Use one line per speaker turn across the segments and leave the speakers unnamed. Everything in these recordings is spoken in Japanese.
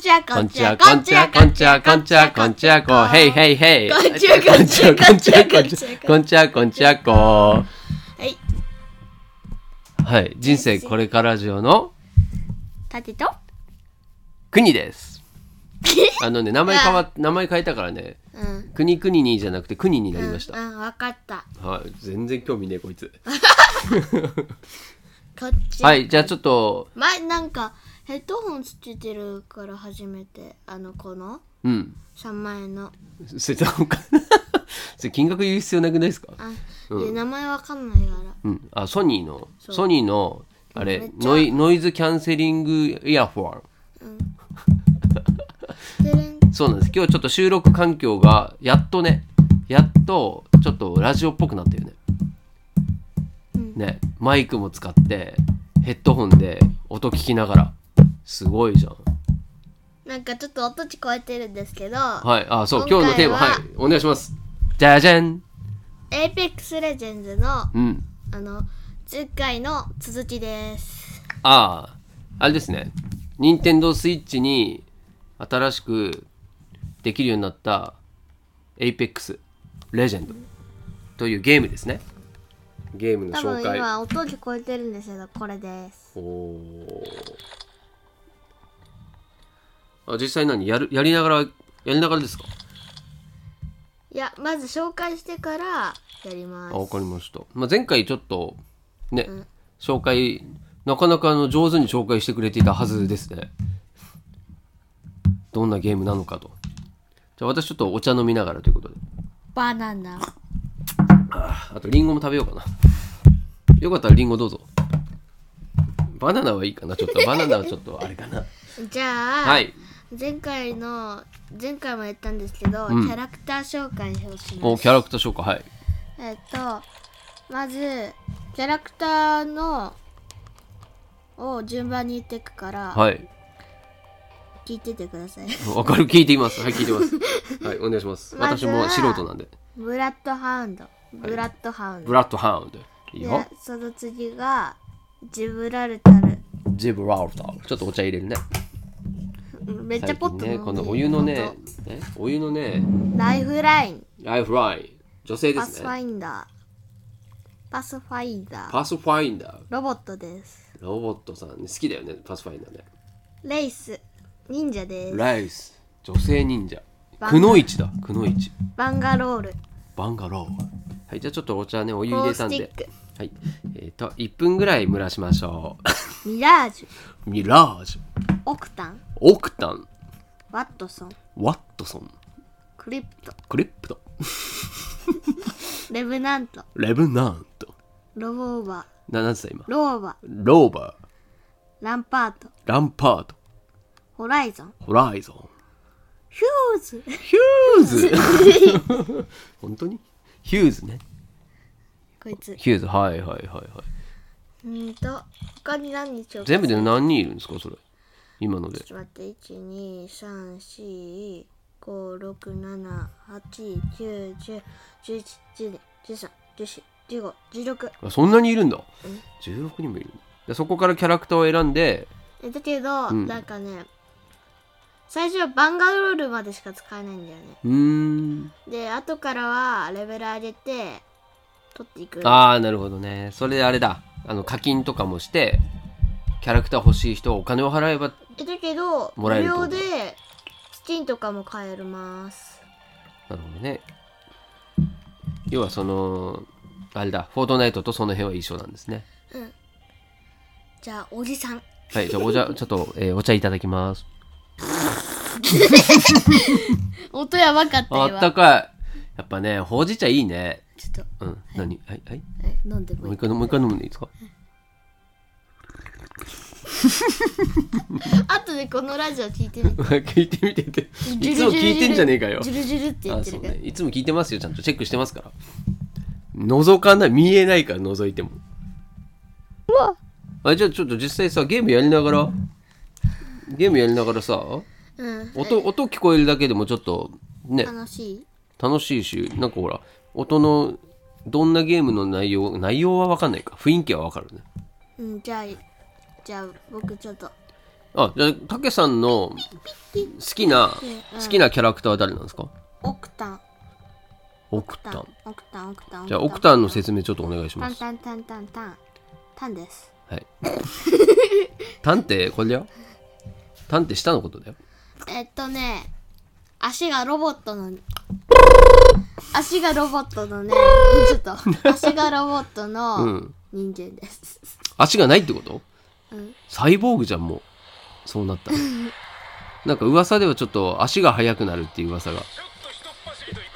ちゃこ
こ
ん
ん
ち
ち
ゃ
ゃ
こ
こ
ん
ん
ち
ち
ゃ
ゃ
こ
こ
ん
ん
ち
ち
ゃ
ゃ
こ
こ
ん
ん
ち
ち
ゃ
ゃ
こ
こ
んちゃこ
んちゃこ
へ
へ
いへい
いへい
へ
へ
い
い
こんちゃこんちゃこ
こ
ん
ん
ち
ち
ゃ
ゃ
こ
こ
んちゃこん
んちゃこんちゃこんちゃこ
はい
はい人生これからジオの
縦と
国ですあのね名前変わっ名前変えたからね
うん
国国にじゃなくて国になりました、
うんうんわかった
はい全然興味ねえこいつ
こっち
はいじゃあちょっと
前なんかヘッドホンつけてるから初めてあのこの
うん
3万円の
それどうかそれ金額言う必要なくないですか
あ、
うん
で名前わかんないから
うんあソニーの
う
ソニーのあ
めっ
れ
ちゃ
ノイノイズキャンセリングイヤホン
てれん
そうなんです今日ちょっと収録環境がやっとねやっとちょっとラジオっぽくなったよね、ねマイクも使ってヘッドホンで音聞きながらすごいじゃん
なんかちょっと音聞こえてるんですけど、
はいあそう
今
今
回は
日のテーマはいお願いしますじゃじゃん
エイペックスレジェンズのあ
うん
の10回の続きです
あああれですね任天堂スイッチに新しくできるようになった「APEX レジェンド」というゲームですねゲームの
多
紹
分
介
今音聞こえてるんですけどこれです
おおあ実際何やるやりながらやりながらですか
いやまず紹介してからやりま
あわ
す
かりました、まあ、前回ちょっとね、
ん
紹介なかなかあの上手に紹介してくれていたはずですねどんなゲームなのかとじゃあ私ちょっとお茶飲みながらということで
バナナ
あとリンゴも食べようかなよかったらリンゴどうぞバナナはいいかなちょっとバナナはちょっとあれかな
じゃあ、
はい
前回の前回も言ったんですけど、
うん
キャラクター紹介をしま
お
す
キャラクター紹介はい
えっとまずキャラクターのを順番に言っていくから、
はい
聞いててください
わかる聞いていますはい聞い てますはいお願いします
まず
私
は
も素人なんで
ブラッドハウンドブラッドハウンド、
ブラッドハウンドいいよ
でその次がジブラルタル
ジブラルターちょっとお茶入れるね
うんめっちゃ
最
ポッ
近
ト
ねこのお湯のねねお湯のね
ライフライン
ライフライン女性で
パス
す
ファ
ね
インダーパスファインダー
パスファインダー
ロボットです
ロボットさんね好きだよねパスファインダーね
レイス忍者です
ライス女性忍者
バン
くのいちだくのいち
バンガロール
バンガローはいじゃあちょっとお茶ねお湯
コ
入
ー
れた
ス
ん
ティ
で
ック
はいえっ、と1分ぐらい蒸らしましょ
ミラージュ
う ミラージュ
オクタン
オクタン
ワットソン
ワットソン
クリプト
クリプト
レブナント
レブナント
ロボーバ
ななんつった今
ーローバ
ローバー
ーランパート
ランパート
ホライゾン
ホライゾン
ヒューズ
ヒューズ 本当にヒューズね
こいつ
ヒューズはいはいはいはい
うんと他に何にしよう
全部で何人いるんですかそれ今ので
ちょっと待って12345678910111213141516
あそんなにいるんだ16人もいるんだでそこからキャラクターを選んで
えだけど、
ん
なんかね最初はバンガロールまでしか使えないんだよね
うーん
で後からはレベル上げて取っていく
ああなるほどねそれであれだあの課金とかもしてキャラクター欲しい人はお金を払えば
えだけど
も
無
らえるってこ
料
と
でスチンとかも買えるます
なるほどね要はそのあれだフォートナイトとその辺は一緒なんですね
じゃあおじさん
はいじゃあお茶ちょっと、えーお茶いただきます
音やばかった
あ
よ
あったかいやっぱねほうじ茶いいね
ちょっと
うん何はいはい
え飲んでも
も
いうい
一回飲もう一回飲んでいいですか
あとでこのラジオ聞いてみて
聞いてみてっていつも聞いてんじゃねえかよ
ジュルジュルって言
あ
って
そ
る
う
から
ねいつも聞いてますよちゃんとチェックしてますから覗かない見えないから覗いても
うわ
あじゃあちょっと実際さゲームやりながらゲームやりながらさ
うん
音音聞こえるだけでもちょっとね
楽しい
楽しいしなんかほら音のどんなゲームの内容内容は分かんないか雰囲気は分かるね
うんじゃあじゃあ僕ちょっと
あ、じゃあ、たけさんの
ピ
好きな
ピッ、うん
好きなキャラクターは誰なんですか
オクタン
オクタ
タン
ン。
オクタンオクタン
じゃあ、オクタンの
せ
説明ちょっとお願いし
タ
ま
ン
す。
タンタンタンタンタンです
はい。 探偵、これだよ。探偵、下のことだよ。
えっとね足がロボットの足がロボットの ねちょっと足がロボット
う
の
ん。
人間です、
足がないってこと
うん
サイボーグじゃん、もう。そうなっ たら。なんか噂ではちょっと足が速くなるっていう噂
う
が。
ん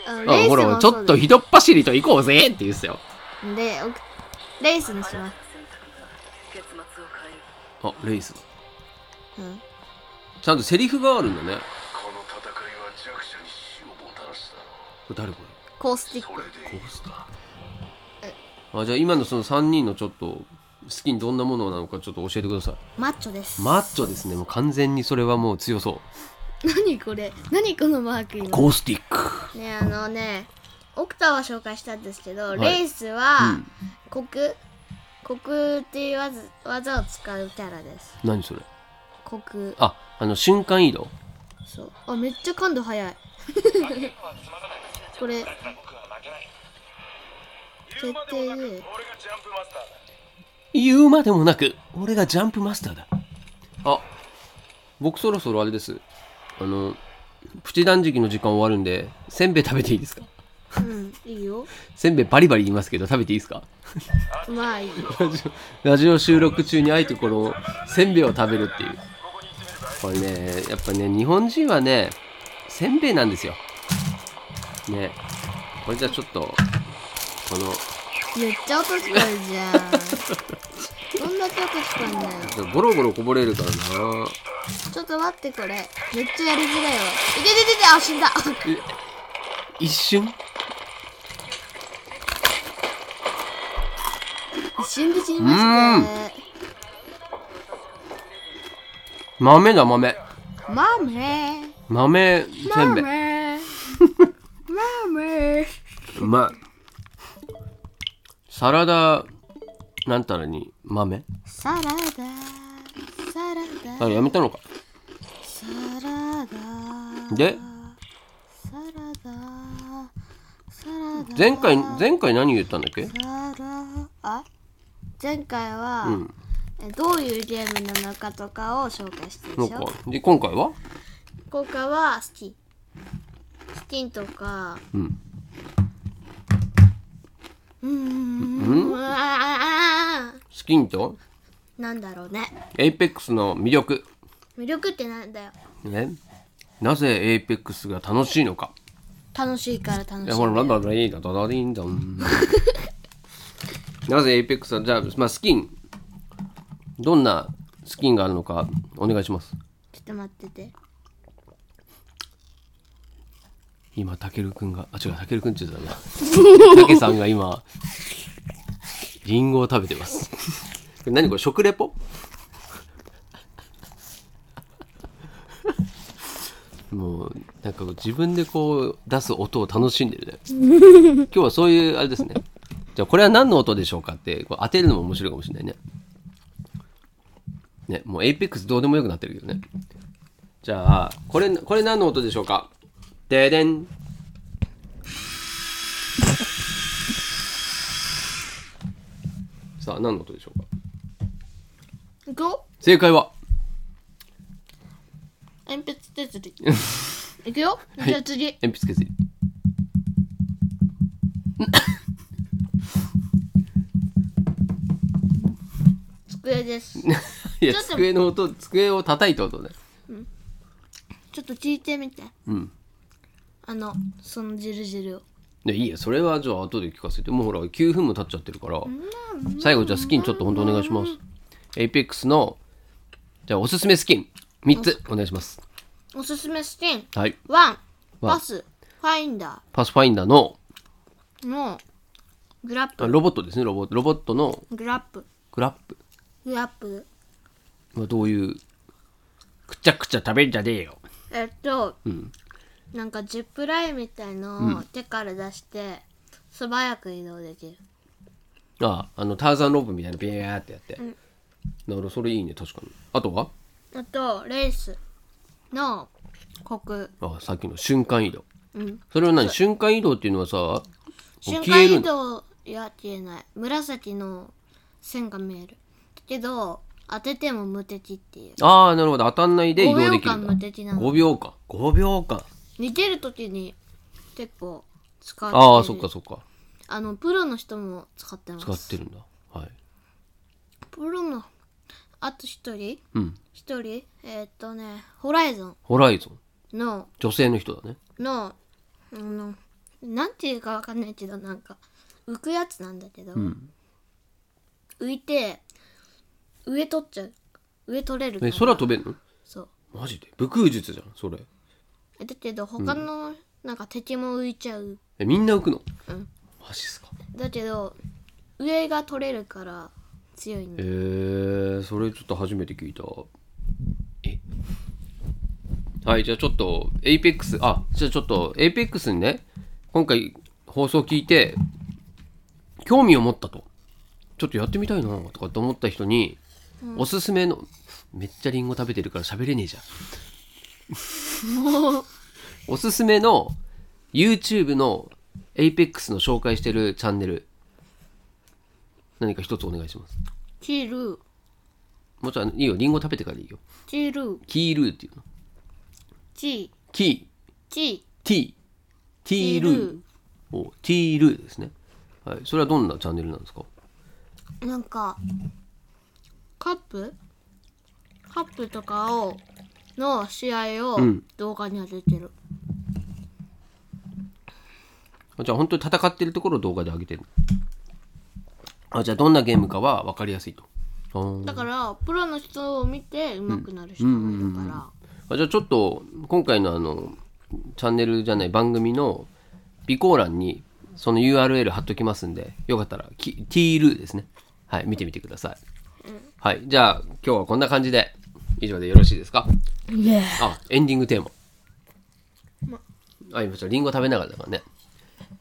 あ、
レース
ほら、
も
ちょっと
そうで
ひどっ走りと行こうぜって言うんですよ。
すでおくレースにします、
結末を変える
あ、レイスだ。
うん、
ちゃんとセリフがあるんだね。
この戦いは弱者に死をもたらした
これ誰こ
コースティッ
そ
ク
れでいい
れ。あ、じゃあ今のその3人のちょっと、好きにどんなものなのかちょっと教えてください。
マッチョです
マッチョですね。もう完全にそれはもう強そ
何これ何このマーク
う。
今
ゴースティック。
ねあのねオクタは紹介したんですけど、
い
レースは、コクコクっていう技技を使うキャラです
何それ
コク
あ、あの、瞬間移動。
そうあめっちゃ感度早い これ決定で
言うまでもなく、俺がジャンプマスターだ。あ、僕そろそろあれです。あの、プチ断食の時間終わるんで、せんべい食べていいですか
うんいいよ
せんべいバリバリ言いますけど、食べていいですか
まあいいよ
ラジオラジオ収録中にあえてこのせんべいを食べるっていうこれねやっぱね日本人はねせんべいなんですよねこれじゃあちょっとこの
言っちゃ音聞こえるじゃん どんだけ音聞こえんだよ
ちょっとボロボロこぼれるからな
ちょっと待ってこれめっちゃやりづらいわいててててあ死んだ
一瞬
一瞬で死にました
豆だ豆
マメ
豆せんべい
メマメ
うまいサラダなんたらに豆
サラダサラダ
あやめたのか
サラダ
で
サラダサラダ
前回前回何言ったんだっけ
サラあ前回は、
うん
えどういうゲームなのかとかを紹介してる
な
でし
んか
ょ
で今回は
今回はスティンスティンとか
うん
うーんうわー
スキンと
なんだろうね
エイペックスの魅力、
魅力ってなんだよ
ね、なぜエイペックスが楽しいのか
楽しいから楽しいん
い
だよ
やほらランダムいいだだだりん だんなぜエイペックスはじゃあ、まあ、スキンどんなスキンがあるのかお願いします
ちょっと待ってて
今たけるくんがあ違うたけるくんって言ってたな たけさんが今リンゴを食べてますこれ何これ食レポもうなんかこう自分でこう出す音を楽しんでるね今日はそういうあれですねじゃあこれは何の音でしょうかってこう当てるのも面白いかもしれないねねもうエイペックスどうでもよくなってるけどねじゃあこれこれ何の音でしょうかででんさあ何の音でしょうか
5
正解は
鉛筆削りいくよじゃあ次、
鉛筆削り
机です
いや
ちょっと
机の音机を叩いた音ね
ちょっと聞いてみて
うん
あのそのジルジルを
でいいやそれはじゃあ後で聞かせてもうほら9分も経っちゃってるから最後じゃあスキンちょっと本当お願いしますエイペックスのじゃあおすすめスキン3つお願いします
おすすめスキン
はい
ワン
ワン
パスファインダ
パスファインダーの
ーのグラッ
あ
プ
ロボットですねロボロボットの
グラップ
グラップ
グラップ
はどういうくちゃくちゃ食べんじゃねえよ
えっと、
うん
なんかジップラインみたいのを手から出して、素早く移動できる
あああのターザンロープみたいなビャーってやって、なるほどそれいいね確かにあとは
あとレースの国
あさっきの瞬間移動
うん
それは何瞬間移動っていうのはさ
瞬
消
間
える
移
んだ
動いや消えない紫の線が見えるけど当てても無敵っていう
ああなるほど当たんないで移動できる
5秒
んだ
間無敵なの
5秒間5秒間
逃げる時に結構使ってる
ああそっかそっか
あのプロの人も使ってます
使ってるんだはい
プロのあと一人
うん
一人えーっとねホライゾ
ホライゾン
ンの
女性の人だね
のあのなんていうかわかんないけどなんか浮くやつなんだけど、
ん
浮いて上取っちゃう上取れるから
え空飛べる
そう
のマジで武空術じゃんそれ
えだけど他の、なんか敵も浮いちゃう
えみんな浮くの
うん
マジっすか
だけど上が取れるから強いん
え
だ
ー、それちょっと初めて聞いたえはいじゃあちょっと APEX あじゃあちょっと APEX にね今回放送聞いて興味を持ったとちょっとやってみたいなとかと思った人に、おすすめのめっちゃリンゴ食べてるから喋れねえじゃん
もう
おすすめの YouTube の APEX の紹介してるチャンネル何か一つお願いします
キル
もちろんいいよリンゴ食べてからでいいよ
キル
キールーっていうの
チ
キ
チ
ー T ティールーおティールーですねはいそれはどんなチャンネルなんですか
なんかカップカップとかをの試合を
ん
動画に上げてる、
あじゃあ本当に戦ってるところを動画で上げてるあじゃあどんなゲームかは分かりやすいとあー
だからプロの人を見て上手くなる人もいるから、
あじゃあちょっと今回のあのチャンネルじゃない番組の備考欄にその URL 貼っときますんでよかったらきティールーですねはい見てみてくださいはいじゃあ今日はこんな感じで以上でよろしいですかあエンディングテーマあ今ちょっとリンゴ食べながらだからね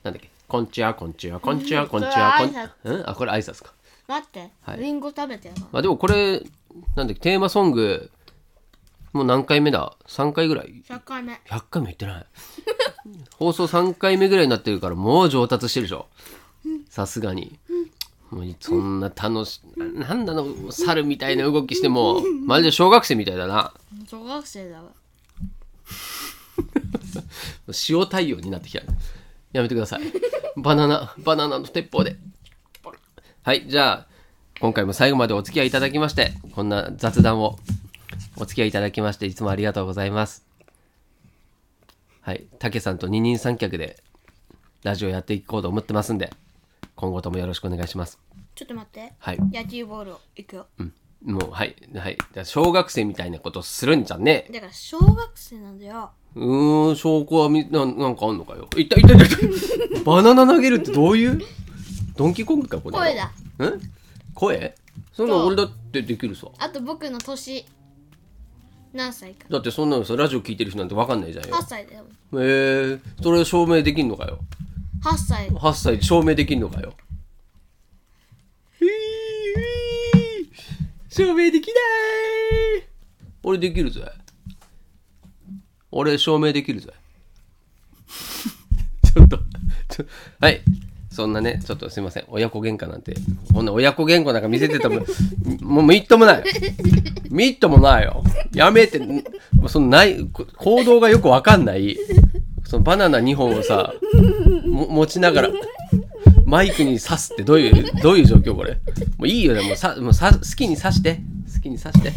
なんだっけこんちはこんちはこんちはこんちはこん
これは挨
うんあこれ挨拶か
待って、
はい
リンゴ食べてよ
まあでもこれなんだっけテーマソングもう何回目だ3回ぐらい
100回目
100回も言って ない放送3回目ぐらいになってるからもう上達してるでしょさすがにもうそんな楽しなんなの猿みたいな動きしてもまるで小学生みたいだな
小学生だわ
塩太陽になってきたやめてください バナナバナナの鉄砲ではいじゃあ今回も最後までお付き合いいただきましてこんな雑談をお付き合いいただきましていつもありがとうございますはい武さんと二人三脚でラジオやっていこうと思ってますんで今後ともよろしくお願いします
ちょっと待って
はい
野球ボールをいくよ、
もうはいはいじゃあ小学生みたいなことするんじゃねえ
だから小学生なんだよ
うーん、証拠はみななんかあんのかよ。いったいったいっ たいった。バナナ投げるってどういうドンキーコングか、これ。
声だ。
ん声そんなの俺だってできるさ。
あと僕の年何歳か
だってそんなのさ、ラジオ聞いてる人なんてわかんないじゃんよ
8。歳だよ
えー、それ証明できんのかよ。
8歳
8歳で証明できんのかよ。ひーひー証明できない俺できるぜ。俺証明できるぜ。 ちょっと、ちょはい。そんなね、ちょっとすいません。親子喧嘩なんて、こんな親子喧嘩なんか見せてたもん、もうみっともない。みっともないよ。やめて、もうそのない、こ行動がよくわかんない、そのバナナ2本をさ、も持ちながら、マイクに刺すってどういう、どういう状況これ。もういいよ、もうさ、もうさ、好きに刺して。好きに刺して。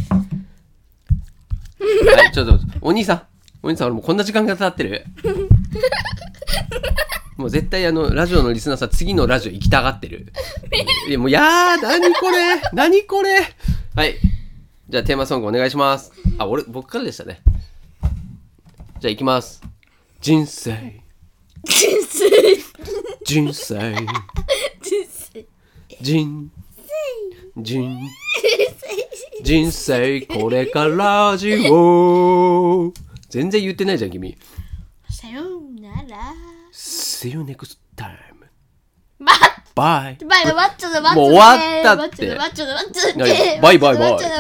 はい、ちょっと、お兄さん。お兄さん、俺もうこんな時間が経ってる。もう絶対あの、ラジオのリスナーさん、次のラジオ行きたがってる。いや、もうやー、なにこれなにこれはい。じゃあテーマソングお願いします。あ、俺、僕からでしたね。じゃあ行きます。人生、
人生
人生、
人生
人、人、人生これからラジオ。全然言ってないじゃん、君。
さようなら
See you next time.
待っ
Bye.
バイバイ、待っちょっと待っちょっと
もう終わったって
待っちょっと待っちょっと待っちょっと
いやいやバイバイバイ
待っちょっと